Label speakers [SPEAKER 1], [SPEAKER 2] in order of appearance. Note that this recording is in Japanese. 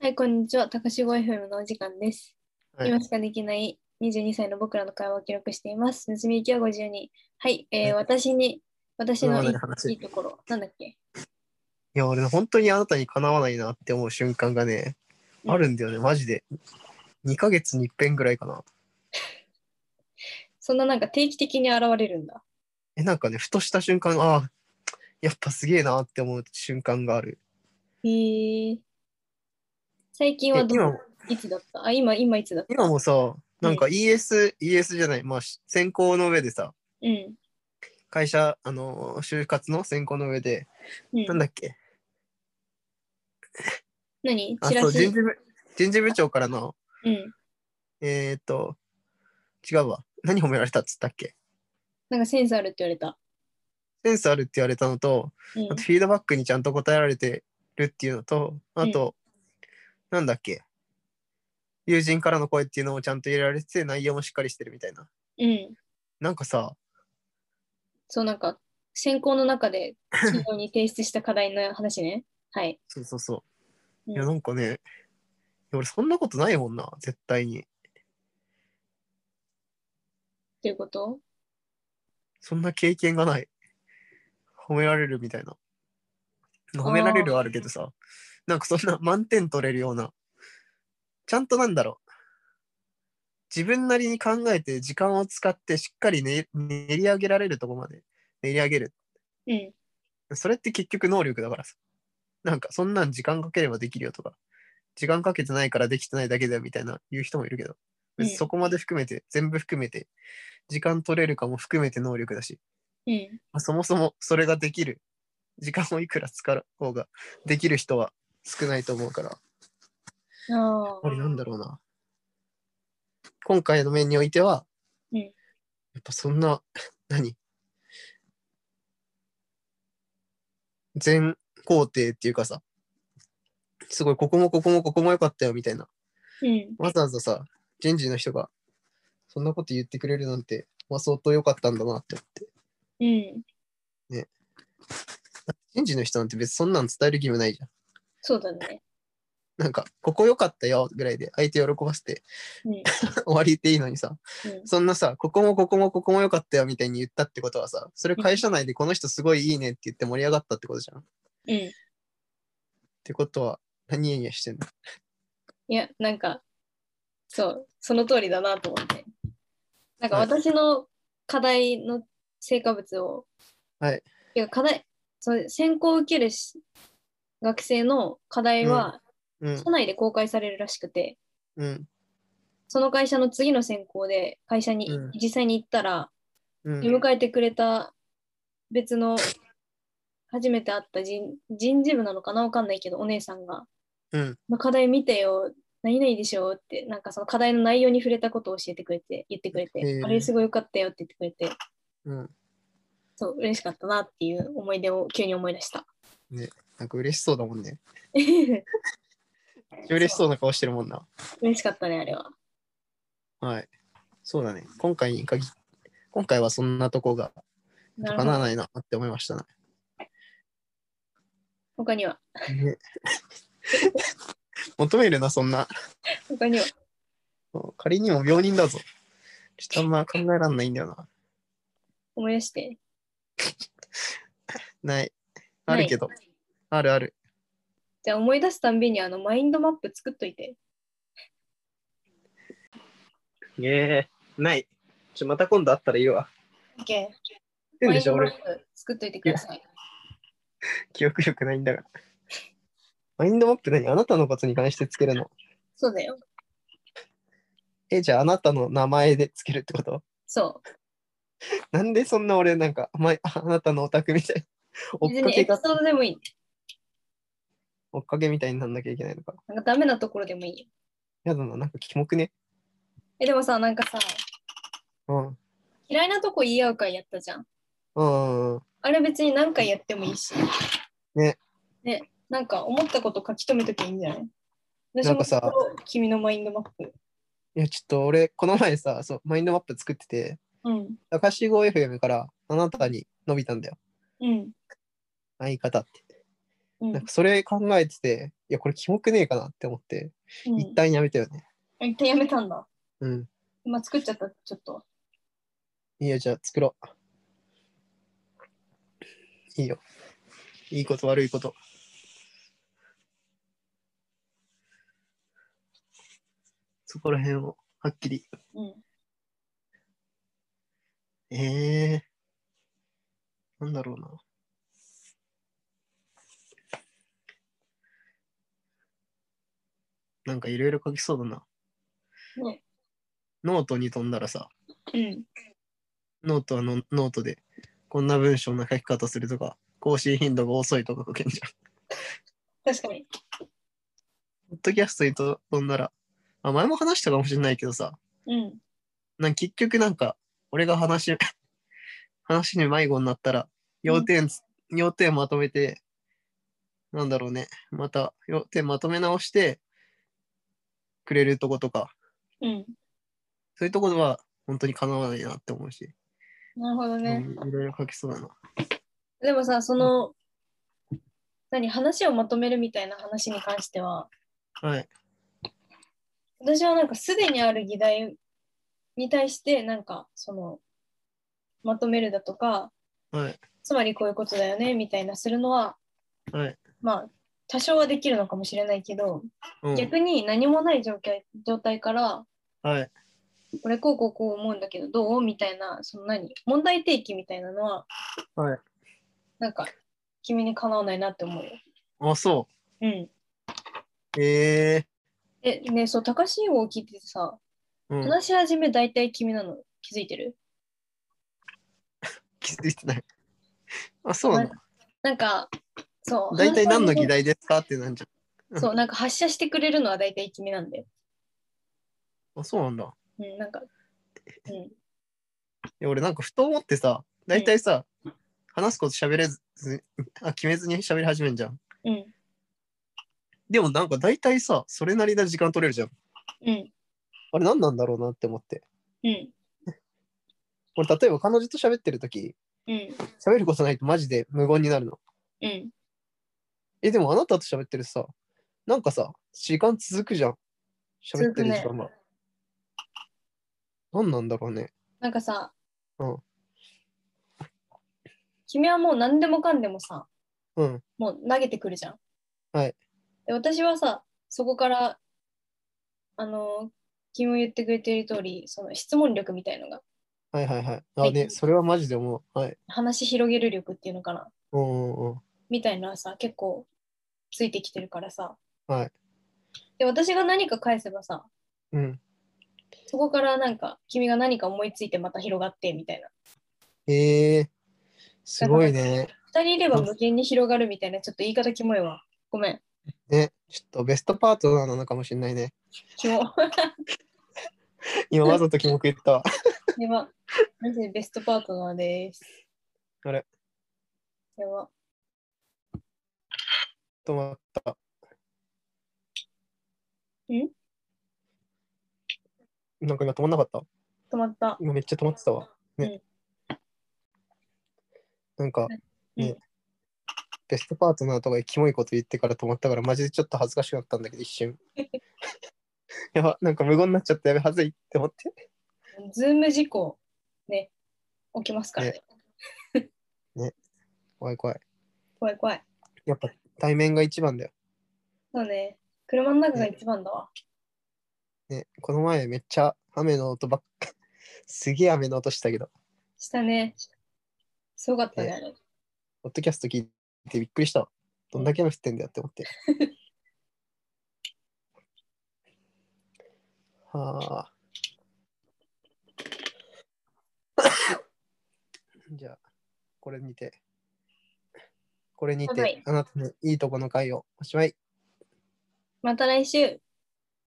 [SPEAKER 1] はい、こんにちは。高志 5FM のお時間です。
[SPEAKER 2] はい
[SPEAKER 1] 今しかできない22歳の僕らの会話を記録しています。盗み行きは52。はい、えー
[SPEAKER 2] は
[SPEAKER 1] 私に、私のい
[SPEAKER 2] 今まで
[SPEAKER 1] い
[SPEAKER 2] の話
[SPEAKER 1] いいところ、なんだっけ
[SPEAKER 2] いや、俺、本当にあなたにかなわないなって思う瞬間がね、
[SPEAKER 1] うん
[SPEAKER 2] あるんだよね、マジで。2ヶ月に一遍ぐらいかな。
[SPEAKER 1] そんななんか定期的に現れるんだ。
[SPEAKER 2] え、なんかね、ふとした瞬間、ああ、やっぱすげえなって思う瞬間がある。
[SPEAKER 1] へー。最近
[SPEAKER 2] え
[SPEAKER 1] はど
[SPEAKER 2] 今
[SPEAKER 1] ういつだったあ、今、今いつだった
[SPEAKER 2] 今もさ、なんか ES、ES じゃない、まあ、し選考の上でさ、
[SPEAKER 1] うん。
[SPEAKER 2] 会社、あのー就活の選考の上で、
[SPEAKER 1] うん、
[SPEAKER 2] なんだっけ、
[SPEAKER 1] 何
[SPEAKER 2] あ、
[SPEAKER 1] チラ
[SPEAKER 2] そう、
[SPEAKER 1] シ
[SPEAKER 2] 人事部、人事部長からの、
[SPEAKER 1] うん。
[SPEAKER 2] えー、っと、違うわ。何褒められたっつったっけ
[SPEAKER 1] なんかセンスあるって言われた。
[SPEAKER 2] センスあるって言われたのと、
[SPEAKER 1] うん
[SPEAKER 2] あ と。フィードバックにちゃんと答えられてるっていうのと、あと、なんだっけ、友人からの声っていうのもちゃんと入れられてて、内容もしっかりしてるみたいな。
[SPEAKER 1] うん。
[SPEAKER 2] なんかさ、
[SPEAKER 1] そう、なんか、選考の中で 企業に提出した課題の話ね。はい。
[SPEAKER 2] そうそうそう。
[SPEAKER 1] うん
[SPEAKER 2] いや、なんかね、いや俺そんなことないもんな、絶対に。
[SPEAKER 1] ということ
[SPEAKER 2] そんな経験がない。褒められるみたいな。褒められるはあるけどさ、なんかそんな満点取れるような、ちゃんとなんだろう。自分なりに考えて時間を使ってしっかりね練り上げられるとこまで練り上げる。
[SPEAKER 1] うん。
[SPEAKER 2] それって結局能力だからさ。なんかそんなん時間かければできるよとか、時間かけてないからできてないだけだよみたいな言う人もいるけど、別に
[SPEAKER 1] うん
[SPEAKER 2] そこまで含めて、全部含めて、時間取れるかも含めて能力だし、
[SPEAKER 1] うん。
[SPEAKER 2] まあそもそもそれができる時間をいくら使う方ができる人は少ないと思うから、やっ
[SPEAKER 1] あ
[SPEAKER 2] ぱ
[SPEAKER 1] あ
[SPEAKER 2] りなんだろうな。今回の面においては、
[SPEAKER 1] うん
[SPEAKER 2] やっぱそんな、 何全工程っていうかさ、すごい、ここもここもここも良かったよみたいな。
[SPEAKER 1] うん。
[SPEAKER 2] わざわざさ、人事の人が、そんなこと言ってくれるなんて、まあ相当良かったんだなって思って。
[SPEAKER 1] うん。
[SPEAKER 2] 人事の人なんて別にそんなん伝える義務ないじゃん。
[SPEAKER 1] そうだね。
[SPEAKER 2] なんか、ここ良かったよぐらいで相手喜ばせて
[SPEAKER 1] うん。
[SPEAKER 2] 終わりっていいのにさ、
[SPEAKER 1] うん
[SPEAKER 2] そんなさ、ここもここもここも良かったよみたいに言ったってことはさ、それ会社内でこの人すごいいいねって言って盛り上がったってことじゃん。っ
[SPEAKER 1] うん。い
[SPEAKER 2] てことは、何やいやしてんの
[SPEAKER 1] や、なんか、そう、その通りだなと思って。なんか
[SPEAKER 2] はい
[SPEAKER 1] 私の課題の成果物を、
[SPEAKER 2] はい。
[SPEAKER 1] いや、課題、そう選考を受けるし学生の課題は、
[SPEAKER 2] うん
[SPEAKER 1] 社、内で公開されるらしくて、
[SPEAKER 2] うん、
[SPEAKER 1] その会社の次の選考で会社に
[SPEAKER 2] うん
[SPEAKER 1] 実際に行ったら、
[SPEAKER 2] うん
[SPEAKER 1] 出。迎えてくれた別の初めて会った人人事部なのかなわかんないけどお姉さんが
[SPEAKER 2] うん
[SPEAKER 1] の課題見てよ何々でしょうってなんかその課題の内容に触れたことを教えてくれて言ってくれて、
[SPEAKER 2] へえ
[SPEAKER 1] あれすごい良かったよって言ってくれて
[SPEAKER 2] うん。
[SPEAKER 1] そう嬉しかったなっていう思い出を急に思い出した
[SPEAKER 2] なんか嬉しそうだもんね。
[SPEAKER 1] 嬉
[SPEAKER 2] 嬉しそうな顔してるもんな。
[SPEAKER 1] しかったねあれは
[SPEAKER 2] はい。そうだね。今回に限り、今回はそんなとこが、
[SPEAKER 1] なる
[SPEAKER 2] か
[SPEAKER 1] ほ
[SPEAKER 2] な
[SPEAKER 1] ど
[SPEAKER 2] わないなって思いましたね。
[SPEAKER 1] 他には
[SPEAKER 2] ね求めるな、そんな。
[SPEAKER 1] 他には
[SPEAKER 2] そう仮にも病人だぞ。ちょっとあんま考えらんないんだよな。
[SPEAKER 1] 思い出して
[SPEAKER 2] ない。あるけど。あるある。
[SPEAKER 1] じゃあ思い出すたんびにあのマインドマップ作っといて
[SPEAKER 2] ええない。ちょ、また今度会ったら言うわ。
[SPEAKER 1] OK
[SPEAKER 2] 言う
[SPEAKER 1] マイ
[SPEAKER 2] んで
[SPEAKER 1] ン
[SPEAKER 2] しょ、
[SPEAKER 1] ドマッ
[SPEAKER 2] 俺。
[SPEAKER 1] プ作っといてください
[SPEAKER 2] 記憶力ないんだから。マインドマップ何あなたのことに関してつけるの
[SPEAKER 1] そうだよ
[SPEAKER 2] え、じゃああなたの名前でつけるってこと
[SPEAKER 1] そう
[SPEAKER 2] なんでそんな俺なんか、まあ、あなたのオタクみた い。
[SPEAKER 1] 別
[SPEAKER 2] 追っか
[SPEAKER 1] に
[SPEAKER 2] け
[SPEAKER 1] エピ
[SPEAKER 2] が、
[SPEAKER 1] ソードでもいい。
[SPEAKER 2] 追っかけみたいになんなきゃいけないのか。
[SPEAKER 1] なんかダメなところでもいいよ。
[SPEAKER 2] やだな、なんかキモくね。
[SPEAKER 1] え、でもさ、なんかさ、
[SPEAKER 2] うん。
[SPEAKER 1] 嫌いなとこ言い合う会やったじゃん。
[SPEAKER 2] うん。うん
[SPEAKER 1] あれ別に何回やってもいいし。
[SPEAKER 2] ね。
[SPEAKER 1] ね、なんか思ったこと書き留めときゃいいんじゃない私
[SPEAKER 2] なん
[SPEAKER 1] も
[SPEAKER 2] かさ
[SPEAKER 1] これを君のマインドマップ。
[SPEAKER 2] いや、ちょっと俺、この前さ、そう、マインドマップ作ってて、
[SPEAKER 1] うん。
[SPEAKER 2] 高志 5FM からあなたに伸びたんだよ。
[SPEAKER 1] うん。
[SPEAKER 2] 相方って。
[SPEAKER 1] うん
[SPEAKER 2] なんかそれ考えてて、いや、これキモくねえかなって思って、
[SPEAKER 1] うん
[SPEAKER 2] 一旦やめたよね。
[SPEAKER 1] 一旦やめたんだ。
[SPEAKER 2] うん。
[SPEAKER 1] 今作っちゃった、ちょっと。
[SPEAKER 2] いいよ、じゃあ作ろう。いいよ。いいこと悪いこと。そこら辺をはっきり。
[SPEAKER 1] うん。
[SPEAKER 2] ええなんだろうな。なんかいろいろ書きそうだな。
[SPEAKER 1] ね
[SPEAKER 2] ノートに飛んだらさ、
[SPEAKER 1] うん。
[SPEAKER 2] ノートはのノートで、こんな文章の書き方するとか、更新頻度が遅いとか書けんじ ゃん。
[SPEAKER 1] 確かに。
[SPEAKER 2] ポッドキャストにと飛んだら、あ、前も話したかもしれないけどさ、
[SPEAKER 1] うん。
[SPEAKER 2] なん結局なんか、俺が話、 話に迷子になったら、要点つ、要点まとめて、なんだろうね、また要点まとめ直してくれるとことか、
[SPEAKER 1] うん。
[SPEAKER 2] そういうところは本当にかなわないなって思うし、
[SPEAKER 1] なるほどね。
[SPEAKER 2] うんいろいろ書きそうだな。
[SPEAKER 1] でもさ、その、何、話をまとめるみたいな話に関しては、
[SPEAKER 2] はい。
[SPEAKER 1] 私はなんかすでにある議題に対して、なんか、その、まとめるだとか、
[SPEAKER 2] はい。
[SPEAKER 1] つまりこういうことだよね、みたいなするのは、
[SPEAKER 2] はい。
[SPEAKER 1] まあ、多少はできるのかもしれないけど、
[SPEAKER 2] うん。
[SPEAKER 1] 逆に何もない状況状態から、
[SPEAKER 2] はい。
[SPEAKER 1] 俺こうこうこう思うんだけど、どうみたいな、その何、問題提起みたいなのは、
[SPEAKER 2] はい。
[SPEAKER 1] なんか、君にかなわないなって思うよ。
[SPEAKER 2] あ、そ
[SPEAKER 1] うん。
[SPEAKER 2] う。え
[SPEAKER 1] え、ねそう、高橋を聞いててさ、
[SPEAKER 2] えうん。
[SPEAKER 1] 話し始め大体君なの気づいてる
[SPEAKER 2] 気づいてない。あ、そうなんだ。
[SPEAKER 1] なんかそう
[SPEAKER 2] 大体何の議
[SPEAKER 1] 話し
[SPEAKER 2] 題ですかってなんじ
[SPEAKER 1] 始めそうなんか発射してくれるのは大体君なんで
[SPEAKER 2] ゃん。あ、そうなんだ。
[SPEAKER 1] うんなんかうん
[SPEAKER 2] いや俺なんかふと思ってさ、大体さ、話すこと喋れず、あ決めずに喋り始めんじゃん。
[SPEAKER 1] うん
[SPEAKER 2] でもなんか大体さ、それなりな時間取れるじゃん。
[SPEAKER 1] うん
[SPEAKER 2] あれ何なんだろうなって思って。
[SPEAKER 1] うん
[SPEAKER 2] 俺例えば彼女と喋ってる時
[SPEAKER 1] うん
[SPEAKER 2] 喋ることないとマジで無言になるの。
[SPEAKER 1] うん
[SPEAKER 2] え、でもあなたと喋ってるさ、なんかさ、時間続くじゃん。喋ってる時間が。何なんだろうね。
[SPEAKER 1] なんかさ、
[SPEAKER 2] うん
[SPEAKER 1] 君はもう何でもかんでもさ
[SPEAKER 2] うん。
[SPEAKER 1] もう投げてくるじゃん
[SPEAKER 2] はい
[SPEAKER 1] で私はさそこからあの君も言ってくれている通りその質問力みたいのが
[SPEAKER 2] はいはいはい。
[SPEAKER 1] は
[SPEAKER 2] あ、
[SPEAKER 1] い
[SPEAKER 2] ね、それはマジで思う。はい。
[SPEAKER 1] 話し広げる力っていうのかな
[SPEAKER 2] うんうんうん。
[SPEAKER 1] みたいなさ結構ついてきてるからさ、
[SPEAKER 2] はい
[SPEAKER 1] で私が何か返せばさ
[SPEAKER 2] うん。
[SPEAKER 1] そこからなんか君が何か思いついてまた広がってみたいな
[SPEAKER 2] えー、すごいね。
[SPEAKER 1] 2人いれば無限に広がるみたいなちょっと言い方キモいわごめん
[SPEAKER 2] ね、ちょっとベストパートナーなのかもしれないね。
[SPEAKER 1] キモ
[SPEAKER 2] 今わざとキモく言ったわ。
[SPEAKER 1] やばマジでベストパートナーです
[SPEAKER 2] あれ
[SPEAKER 1] やば
[SPEAKER 2] 止まった。
[SPEAKER 1] ん
[SPEAKER 2] なんか今止まんなかった。
[SPEAKER 1] 止まった
[SPEAKER 2] 今めっちゃ止まってたわ。ね。なんか、ね、
[SPEAKER 1] うん
[SPEAKER 2] ベストパートナーとかキモいこと言ってから止まったから、マジでちょっと恥ずかしくなったんだけど、一瞬。やば、なんか無言になっちゃったやべ、恥ずいって思って。
[SPEAKER 1] ズーム事故ね起きますからね
[SPEAKER 2] 怖い怖い。
[SPEAKER 1] 怖い怖い
[SPEAKER 2] やっぱ対面が一番だよ。
[SPEAKER 1] そうね車の中が一番だわ、
[SPEAKER 2] ね、この前めっちゃ雨の音ばっか、すげえ雨の音したけど、
[SPEAKER 1] したねすごかったね
[SPEAKER 2] ね
[SPEAKER 1] あれ
[SPEAKER 2] ポッドキャスト聞いてびっくりしたわ。どんだけ雨降ってんだよって思って。はあ。 じゃあ、これにて、これに
[SPEAKER 1] はい
[SPEAKER 2] て、あなたのいいとこの回をおしまい。
[SPEAKER 1] また来週